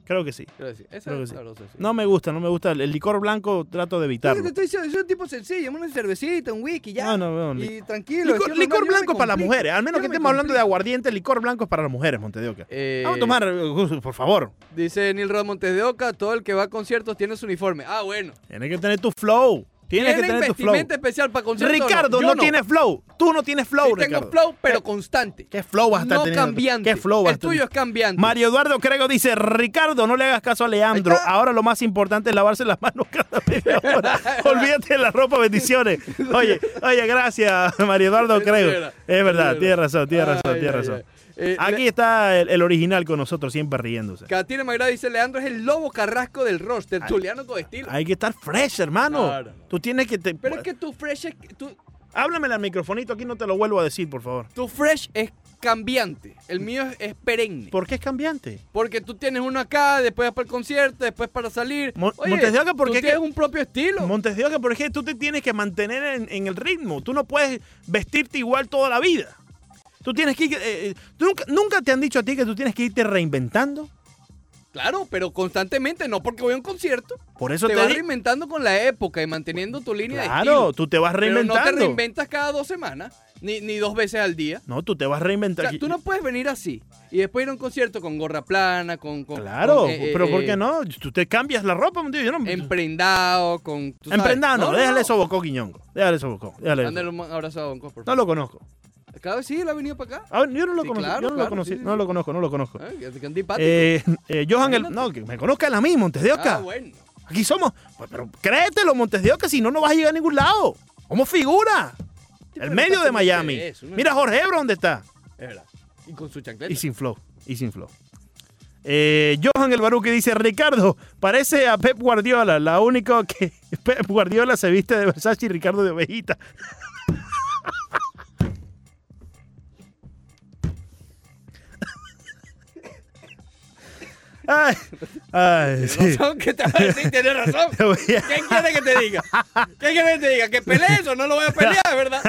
A: Creo que sí.
B: Creo que sí. Esa
A: Creo que
B: es
A: sí.
B: sabrosa, sí.
A: No me gusta, no me gusta. El, el licor blanco trato
B: Es
A: de
B: que
A: evitarlo.
B: te estoy diciendo, soy un tipo sencillo, una cervecita, un wiki, ya.
A: No, no, no. li-
B: Y tranquilo.
A: Licor,
B: yo no-
A: licor
B: yo no me
A: blanco es para las
B: complico.
A: mujeres. Al menos
B: Yo
A: que
B: no me
A: estemos hablando de
B: complico.
A: aguardiente, licor blanco es para las mujeres, Montedioca.
B: Eh,
A: Vamos a tomar, eh, por favor.
B: Dice Neil Rod Montes de Oca, todo el que va a conciertos tiene su uniforme. Ah, bueno.
A: Tienes que tener tu flow. Tienes que tener tu flow.
B: vestimenta especial para conciertos. o
A: Ricardo
B: Yo
A: no, tiene flow. Tú no tienes flow,
B: Sí
A: Ricardo. Eh,
B: tengo flow, pero constante.
A: ¿Qué flow vas a estar
B: no
A: teniendo?
B: cambiante.
A: ¿Qué flow vas a
B: El
A: estar
B: tuyo es cambiante.
A: Mario Eduardo Crego dice, Ricardo, no le hagas caso a Leandro.
B: Ahí está.
A: Ahora lo más importante es lavarse las manos cada
B: [LAUGHS]
A: media hora. Olvídate de la ropa, bendiciones. Oye, oye, gracias, Mario Eduardo
B: Es
A: Crego.
B: verdad,
A: Es verdad,
B: es
A: tienes
B: verdad.
A: razón, tienes razón,
B: Ay,
A: tienes
B: ay,
A: razón.
B: ay. Eh,
A: Aquí está el, el original con nosotros, siempre riéndose.
B: Katina McGrath dice, Leandro es el lobo carrasco del Ross, tertuliano con estilo.
A: Hay que estar fresh, hermano.
B: Claro.
A: Tú tienes que... Te...
B: Pero es que tu fresh es, tu,
A: Háblame al microfonito, aquí no te lo vuelvo a decir, por favor.
B: tu fresh es cambiante. El mío es, es perenne.
A: ¿Por qué es cambiante?
B: Porque tú tienes uno acá, después para el concierto, después para salir.
A: Mon-
B: Oye,
A: Montes de Oca, ¿por
B: tú
A: qué que-
B: tienes un propio estilo.
A: Montes de Oca, porque tú te tienes que mantener en, en el ritmo. Tú no puedes vestirte igual toda la vida. Tú tienes que ir, eh, eh, ¿tú nunca, nunca te han dicho a ti que tú tienes que irte reinventando.
B: claro, pero constantemente, no porque voy a un concierto.
A: Por eso
B: te
A: te,
B: vas
A: di-
B: reinventando con la época y manteniendo tu línea de
A: Claro,
B: estilo.
A: tú te vas
B: Pero no
A: reinventando.
B: te reinventas cada dos semanas, ni, ni dos veces al día.
A: No, tú te vas
B: O
A: reinventando.
B: sea, tú no puedes venir así y después ir a un concierto con gorra plana, con... con-
A: Claro,
B: con, eh,
A: pero
B: eh,
A: ¿por
B: eh,
A: qué no? Tú te cambias la ropa, mon Dios, yo no.
B: Emprendado, con... tú sabes.
A: Emprendado, no,
B: No, no,
A: déjale
B: no.
A: eso a Bocó Quiñongo. Déjale eso a Bocó. déjale eso.
B: Mándale un abrazo a Don Cos, por
A: No
B: favor.
A: lo conozco.
B: Cada vez sí, él ha venido para acá.
A: Ah, yo no lo
B: Sí,
A: conocí,
B: claro,
A: yo no
B: claro,
A: lo conocí,
B: sí, sí,
A: no
B: sí.
A: lo conozco, no lo conozco.
B: Ah, ya te quedé antipático.
A: Eh, eh, Johan, el,
B: Imagínate.
A: no, que me conozcan a mí, Montes de Oca.
B: Ah, bueno.
A: Aquí somos. Pues, pero créetelo, Montes de Oca, si no, no vas a llegar a ningún lado. Somos figura.
B: Sí,
A: el
B: pero está
A: medio de
B: haciendo
A: Miami.
B: interés, uno-
A: Mira Jorge Ebro, ¿dónde está?
B: Es verdad. Y con su chancleta.
A: Y sin flow. Y sin flow. Eh, Johan el Baruque dice, Ricardo, parece a Pep Guardiola, la única que [LAUGHS] Pep Guardiola se viste de Versace y Ricardo de ovejita. [LAUGHS] Ay,
B: [LAUGHS]
A: ay, sí.
B: Razón, ¿Qué te va a
A: [LAUGHS]
B: decir? Tienes razón.
A: Te voy a-
B: ¿Qué quiere que te diga? ¿Qué quiere que te diga? ¿Que pelees o no lo voy a pelear, verdad?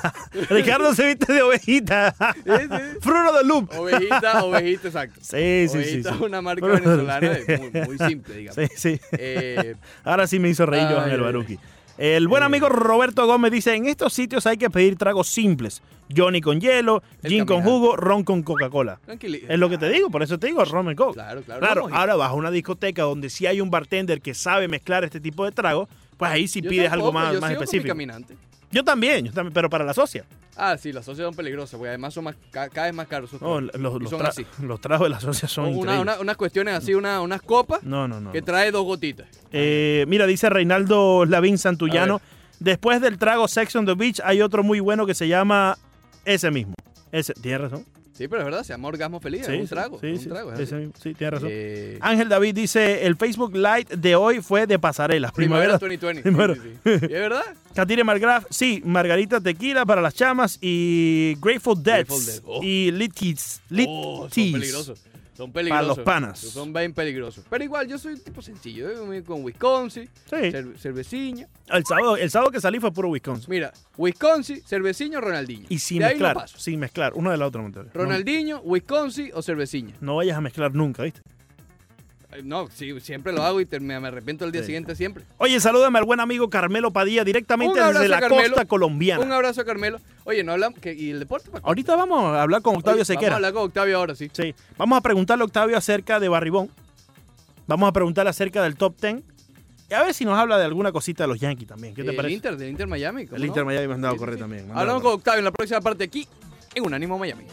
A: [LAUGHS] Ricardo se viste de ovejita.
B: sí.
A: [LAUGHS] Fruno de loop.
B: Ovejita, ovejita, exacto.
A: Sí, sí, sí.
B: ovejita es
A: sí.
B: una marca
A: Fruno de Loop,
B: venezolana
A: sí.
B: eh, muy, muy simple, digamos.
A: Sí, sí.
B: Eh,
A: Ahora sí me hizo reír yo,
B: Ay,
A: Ángel
B: ay,
A: Baruki. El buen
B: Eh.
A: amigo Roberto Gómez dice, en estos sitios hay que pedir tragos simples. Johnny con hielo,
B: El
A: gin con
B: caminante.
A: jugo, ron con Coca-Cola.
B: tranquilo.
A: Es lo que te digo, por eso te digo, ron and Coke.
B: Claro, claro.
A: Claro,
B: vamos a ir.
A: ahora vas a una discoteca donde sí hay un bartender que sabe mezclar este tipo de tragos, pues ahí sí
B: Yo
A: pides algo
B: tampoco,
A: más,
B: yo
A: más
B: sigo con mi
A: específico.
B: caminante.
A: Yo también, yo también, pero para la socia.
B: Ah, sí, las socias son peligrosas, güey. Además son más, ca- cada vez más caros. sus
A: No,
B: tragos.
A: los, los
B: Y son
A: tra-
B: así.
A: los tragos de la socia son
B: Una-
A: increíbles.
B: una- unas cuestiones así, una- unas copas
A: No, no, no.
B: que
A: no.
B: trae dos gotitas.
A: Eh, mira, dice Reinaldo Lavín
B: A
A: Santullano, después del trago Sex on the Beach hay otro muy bueno que se llama ese mismo. Ese, tiene razón.
B: Sí, pero es verdad, se llama orgasmo feliz, es un trago.
A: sí,
B: es un
A: sí, Ah,
B: trago, es
A: ese
B: así.
A: mismo, sí, tiene razón.
B: Eh,
A: Ángel David dice, el Facebook Live de hoy fue de pasarela.
B: primavera 2020.
A: Primavera. primavera.
B: Sí, sí, sí. ¿Y es verdad?
A: [LAUGHS] Katire Margraf, sí, Margarita Tequila para las chamas y Grateful Dead
B: Grateful Dead, oh.
A: y Lit Kids. Lit
B: Oh, son
A: Teas.
B: peligrosos. Son peligrosos.
A: los panas.
B: Son bien peligrosos. Pero igual, yo soy un tipo sencillo. Yo voy con Wisconsin,
A: Sí,
B: cerve- cerveciña.
A: el sábado, el sábado que salí fue puro Wisconsin.
B: Mira, Wisconsin, cerveciño, Ronaldinho.
A: Y sin
B: De ahí no
A: mezclar,
B: paso.
A: sin mezclar, uno de la otra. Montoya. No-
B: Ronaldinho, Wisconsin o cerveciña.
A: No, vayas a mezclar nunca, ¿viste?
B: Eh, No, sí, siempre lo hago y te- me, me arrepiento al día
A: Sí.
B: siguiente siempre.
A: Oye, salúdame al buen amigo Carmelo Padilla directamente
B: Un abrazo,
A: desde la
B: Carmelo.
A: costa
B: Un
A: colombiana.
B: abrazo, Carmelo. Oye, no hablamos. que- ¿Y el deporte? Paco?
A: Ahorita vamos a hablar con Octavio
B: Oye, Vamos
A: Sequera.
B: a hablar con Octavio ahora, sí.
A: Sí. Vamos a preguntarle a Octavio acerca de Barribón. Vamos a preguntarle acerca del top 10. Y a ver si nos habla de alguna cosita de los Yankees también. ¿Qué te
B: el
A: parece?
B: Inter, del Inter Miami. ¿cómo
A: El
B: no?
A: Inter Miami me han dado
B: Sí, sí,
A: correr
B: sí.
A: también. me han dado
B: Hablamos
A: correr.
B: con Octavio en la próxima parte aquí en Unánimo Miami.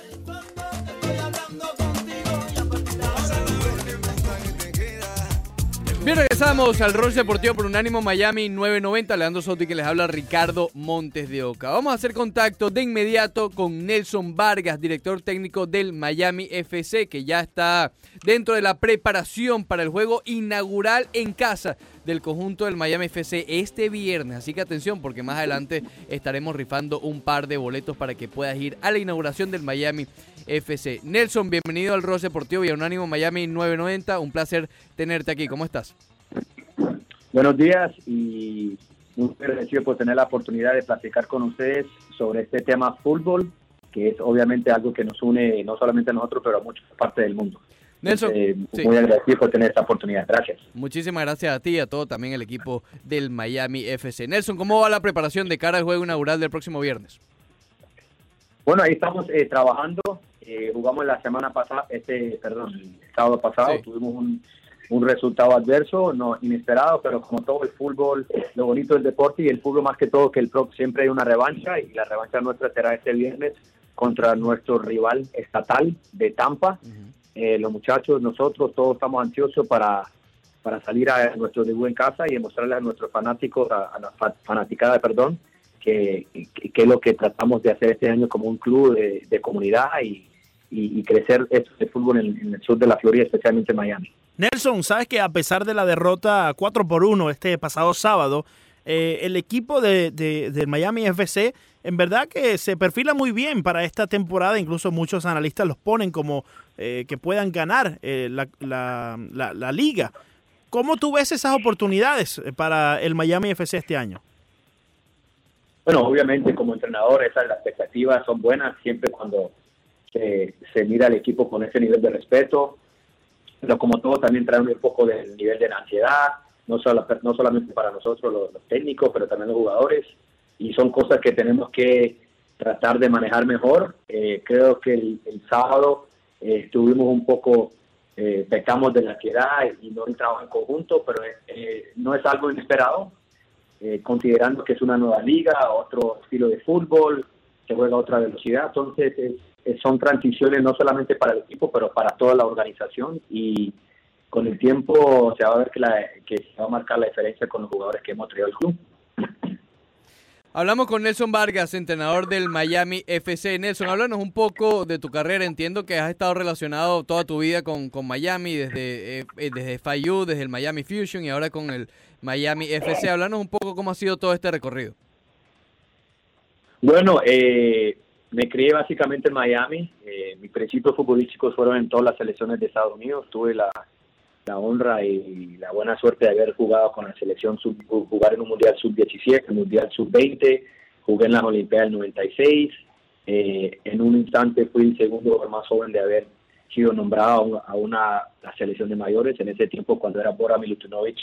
B: Bien, regresamos al Rush Deportivo por Unánimo Miami 990. Leandro Soto y que les habla Ricardo Montes de Oca. Vamos a hacer contacto de inmediato con Nelson Vargas, director técnico del Miami FC, que ya está dentro de la preparación para el juego inaugural en casa del conjunto del Miami FC este viernes. Así que atención, porque más adelante estaremos rifando un par de boletos para que puedas ir a la inauguración del Miami FC. Nelson, bienvenido al Rush Deportivo y a Unánimo Miami 990. Un placer tenerte aquí. ¿Cómo estás?
C: Buenos días y muy agradecido por tener la oportunidad de platicar con ustedes sobre este tema fútbol, que es obviamente algo que nos une no solamente a nosotros, pero a muchas partes del mundo.
B: Nelson,
C: Eh,
B: sí.
C: Muy agradecido por tener esta oportunidad. Gracias.
B: Muchísimas gracias a ti y a todo también el equipo del Miami FC. Nelson, ¿cómo va la preparación de cara al juego inaugural del próximo viernes?
C: Bueno, ahí estamos eh, trabajando. Eh, jugamos la semana pasada, este, perdón, el sábado pasado.
B: Sí.
C: Tuvimos un, un resultado adverso, no inesperado, pero como todo el fútbol, lo bonito del deporte y el fútbol más que todo, que el pro siempre hay una revancha y la revancha nuestra será este viernes contra nuestro rival estatal de Tampa. Eh, los muchachos, nosotros, todos estamos ansiosos para, para salir a nuestro debut en casa y mostrarles a nuestros fanáticos, a, a la fa- fanaticada, perdón, que, que- que es lo que tratamos de hacer este año como un club de, de comunidad y, y- y crecer esto de fútbol en, en el sur de la Florida, especialmente en Miami.
A: Nelson, sabes que a pesar de la derrota 4 por 1 este pasado sábado, eh, el equipo de, de- del Miami FC en verdad que se perfila muy bien para esta temporada. Incluso muchos analistas los ponen como eh, que puedan ganar eh, la, la- la- la liga. ¿Cómo tú ves esas oportunidades eh, para el Miami FC este año?
C: Bueno, obviamente como entrenador esas las expectativas son buenas siempre cuando se, se mira al equipo con ese nivel de respeto, pero como todo también trae un poco del nivel de la ansiedad, no, solo, no solamente para nosotros los, los técnicos, pero también los jugadores, y son cosas que tenemos que tratar de manejar mejor. Eh, creo que el, el sábado eh, estuvimos un poco, eh, pecamos de la ansiedad y no el trabajo en conjunto, pero eh, no es algo inesperado, eh, considerando que es una nueva liga, otro estilo de fútbol, se juega a otra velocidad. Entonces, es- es- son transiciones no solamente para el equipo, pero para toda la organización y con el tiempo se va a ver que, la, que se va a marcar la diferencia con los jugadores que hemos traído al club.
B: Hablamos con Nelson Vargas, entrenador del Miami FC. Nelson, háblanos un poco de tu carrera. Entiendo que has estado relacionado toda tu vida con, con Miami, desde, eh, eh, desde FIU, desde el Miami Fusion y ahora con el Miami FC. Háblanos un poco cómo ha sido todo este recorrido.
C: Bueno, eh, me crié básicamente en Miami. Eh, mis principios futbolísticos fueron en todas las selecciones de Estados Unidos. Tuve la, la honra y la buena suerte de haber jugado con la selección, sub, jugar en un Mundial Sub-17, Mundial Sub-20, jugué en las Olimpiadas del 96, eh, en un instante fui el segundo jugador más joven de haber sido nombrado a una, a una selección de mayores, en ese tiempo cuando era Bora Milutinovic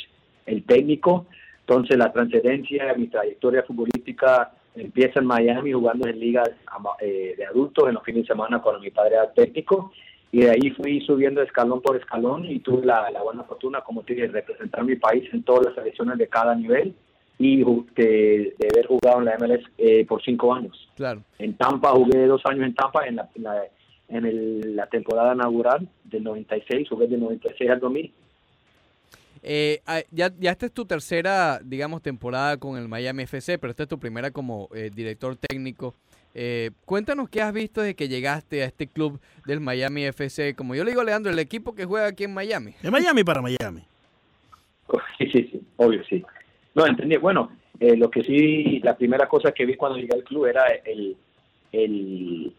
C: el técnico, entonces la transferencia, mi trayectoria futbolística empieza en Miami jugando en ligas eh, de adultos en los fines de semana cuando mi padre era técnico y de ahí fui subiendo escalón por escalón y tuve la, la buena fortuna, como te dije, de representar mi país en todas las selecciones de cada nivel y de, de haber jugado en la MLS eh, por cinco años.
B: Claro.
C: En Tampa jugué dos años en Tampa en la, en la, en el, la temporada inaugural del 96, jugué del 96 al 2000.
B: Eh, ah, ya, ya esta es tu tercera, digamos, temporada con el Miami FC, pero esta es tu primera como eh, director técnico. Eh, cuéntanos qué has visto desde que llegaste a este club del Miami FC. Como yo le digo a Leandro, el equipo que juega aquí en Miami.
A: De Miami para Miami.
C: [LAUGHS] Sí, sí, sí, obvio, sí. No, entendí. Bueno, eh, lo que sí, la primera cosa que vi cuando llegué al club era el, el,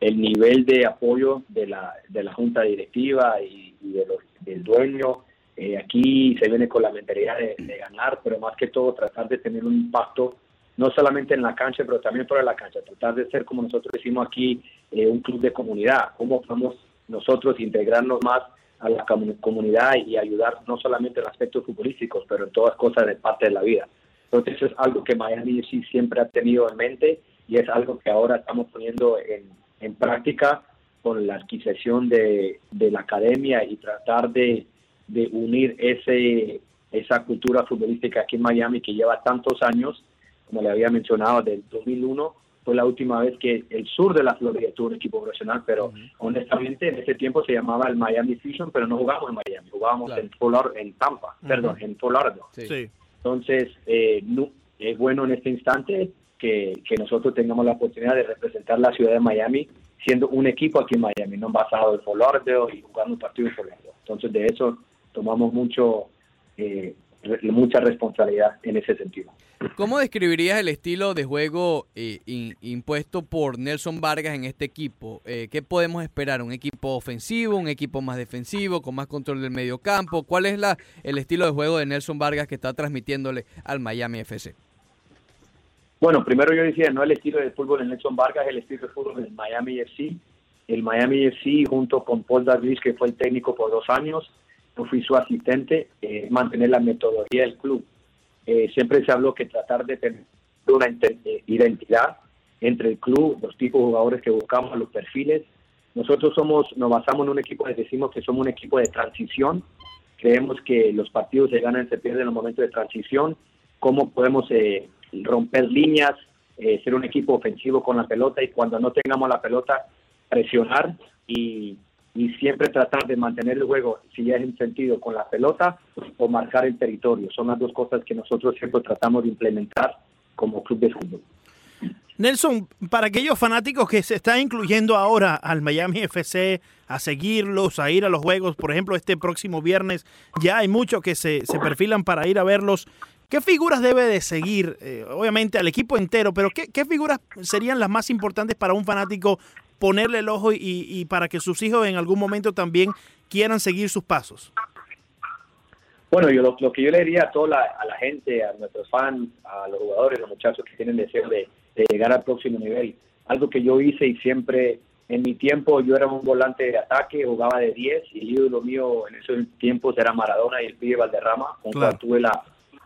C: el nivel de apoyo de la, de la junta directiva y, y de los, del dueño. Eh, aquí se viene con la mentalidad de, de ganar, pero más que todo tratar de tener un impacto no solamente en la cancha, pero también fuera de la cancha, tratar de ser como nosotros decimos aquí, eh, un club de comunidad, cómo podemos nosotros integrarnos más a la comun comunidad y ayudar no solamente en aspectos futbolísticos, pero en todas cosas de parte de la vida. Entonces es algo que Miami sí siempre ha tenido en mente y es algo que ahora estamos poniendo en, en práctica con la adquisición de, de la academia y tratar de, de unir ese, esa cultura futbolística aquí en Miami que lleva tantos años como le había mencionado, del 2001 fue la última vez que el sur de la Florida tuvo un equipo profesional, pero uh -huh. honestamente en ese tiempo se llamaba el Miami Fusion, pero no jugamos en Miami, jugábamos claro. en, Polar, en Tampa, uh -huh. perdón, en Polardo.
A: Sí. Sí.
C: Entonces, eh, no, es bueno en este instante que, que, nosotros tengamos la oportunidad de representar la ciudad de Miami siendo un equipo aquí en Miami, no basado en Polardo y jugando un partido en Polardo. Entonces, de eso tomamos mucho... Eh, mucha responsabilidad en ese sentido.
B: ¿Cómo describirías el estilo de juego eh, in, impuesto por Nelson Vargas en este equipo? Eh, ¿Qué podemos esperar? ¿Un equipo ofensivo, un equipo más defensivo, con más control del medio campo? ¿Cuál es la, el estilo de juego de Nelson Vargas que está transmitiéndole al Miami FC?
C: Bueno, primero yo decía, no el estilo de fútbol de Nelson Vargas, el estilo de fútbol del Miami FC. El Miami FC junto con Paul Davis, que fue el técnico por dos años, yo fui su asistente, eh, mantener la metodología del club. Eh, siempre se habló que tratar de tener una eh, identidad entre el club, los tipos de jugadores que buscamos, los perfiles. Nosotros somos, nos basamos en un equipo, les decimos que somos un equipo de transición. Creemos que los partidos se ganan, se pierden en los momentos de transición. Cómo podemos eh, romper líneas, eh, ser un equipo ofensivo con la pelota y cuando no tengamos la pelota, presionar y y siempre tratar de mantener el juego, si ya es en sentido, con la pelota o marcar el territorio. Son las dos cosas que nosotros siempre tratamos de implementar como club de fútbol.
A: Nelson, para aquellos fanáticos que se están incluyendo ahora al Miami FC, a seguirlos, a ir a los juegos, por ejemplo, este próximo viernes, ya hay muchos que se, se perfilan para ir a verlos. ¿Qué figuras debe de seguir? Eh, obviamente al equipo entero, pero ¿qué, ¿qué figuras serían las más importantes para un fanático ponerle el ojo y, y, para que sus hijos en algún momento también quieran seguir sus pasos?
C: Bueno, yo lo, lo que yo le diría a toda la, a la gente, a nuestros fans, a los jugadores, a los muchachos que tienen deseo de, de, llegar al próximo nivel, algo que yo hice y siempre en mi tiempo yo era un volante de ataque, jugaba de 10 y el ídolo mío en esos tiempos era Maradona y el pibe Valderrama, con claro. cual tuve la,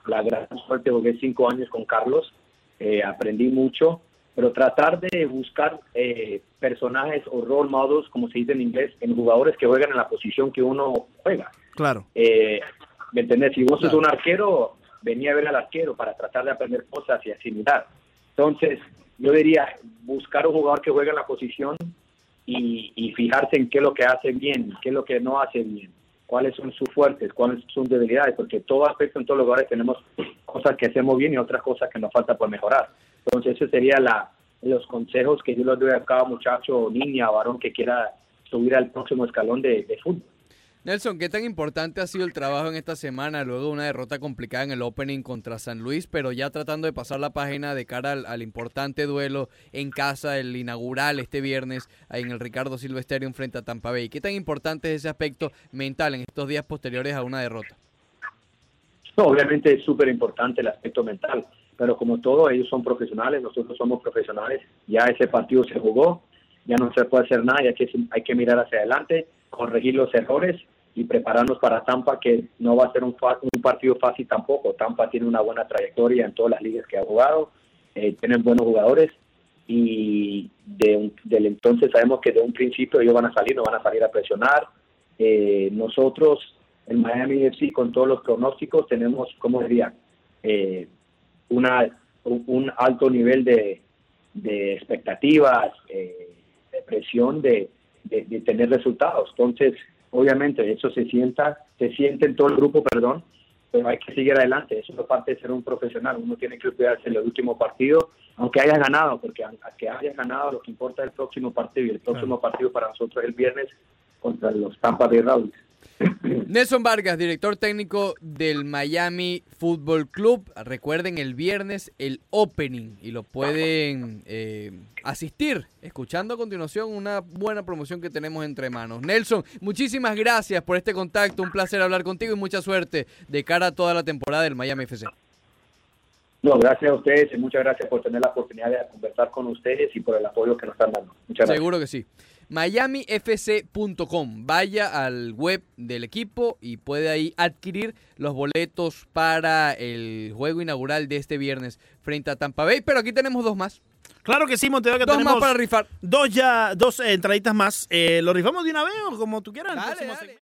C: la gran suerte, jugué cinco años con Carlos, eh, aprendí mucho pero tratar de buscar eh, personajes o role models, como se dice en inglés, en jugadores que juegan en la posición que uno juega.
A: Claro.
C: Eh, ¿Me entendés? Si vos claro. sos un arquero, venía a ver al arquero para tratar de aprender cosas y asimilar. Entonces, yo diría, buscar un jugador que juega en la posición y, y fijarse en qué es lo que hace bien, qué es lo que no hace bien, cuáles son sus fuertes, cuáles son sus debilidades, porque todo aspecto en todos los lugares tenemos cosas que hacemos bien y otras cosas que nos falta por mejorar. Entonces, esos serían los consejos que yo les doy a cada muchacho, niña, varón que quiera subir al próximo escalón de, de fútbol.
B: Nelson, ¿qué tan importante ha sido el trabajo en esta semana luego de una derrota complicada en el opening contra San Luis, pero ya tratando de pasar la página de cara al, al importante duelo en casa, el inaugural este viernes en el Ricardo Silva Stadium frente a Tampa Bay? ¿Qué tan importante es ese aspecto mental en estos días posteriores a una derrota?
C: No, obviamente es súper importante el aspecto mental, pero como todo, ellos son profesionales, nosotros somos profesionales, ya ese partido se jugó, ya no se puede hacer nada, ya que hay que mirar hacia adelante, corregir los errores y prepararnos para Tampa, que no va a ser un, fa un partido fácil tampoco. Tampa tiene una buena trayectoria en todas las ligas que ha jugado, eh, tienen buenos jugadores y de un, del entonces sabemos que de un principio ellos van a salir, no van a salir a presionar. Eh, nosotros, el Miami FC, con todos los pronósticos, tenemos, como diría, eh, una, un, un, alto nivel de, de expectativas, eh, de presión, de, de, de, tener resultados. Entonces, obviamente, eso se sienta, se siente en todo el grupo, perdón, pero hay que seguir adelante. Eso es parte de ser un profesional. Uno tiene que cuidarse en el último partido, aunque hayas ganado, porque aunque hayas ganado, lo que importa es el próximo partido. Y el próximo ah. partido para nosotros es el viernes contra los Tampa Bay Rays.
B: Nelson Vargas, director técnico del Miami Football Club. Recuerden el viernes el opening y lo pueden eh, asistir escuchando a continuación una buena promoción que tenemos entre manos. Nelson, muchísimas gracias por este contacto. Un placer hablar contigo y mucha suerte de cara a toda la temporada del Miami FC.
C: No, gracias a ustedes y muchas gracias por tener la oportunidad de conversar con ustedes y por el apoyo que nos están dando. Muchas gracias.
B: Seguro que sí. MiamiFC.com. Vaya al web del equipo y puede ahí adquirir los boletos para el juego inaugural de este viernes frente a Tampa Bay. Pero aquí tenemos dos más.
A: Claro que sí, Montevideo, que
B: dos
A: tenemos
B: más para rifar.
A: Dos ya, dos eh, entraditas más. Eh, ¿Lo rifamos de una vez o como tú quieras?
B: Dale, dale.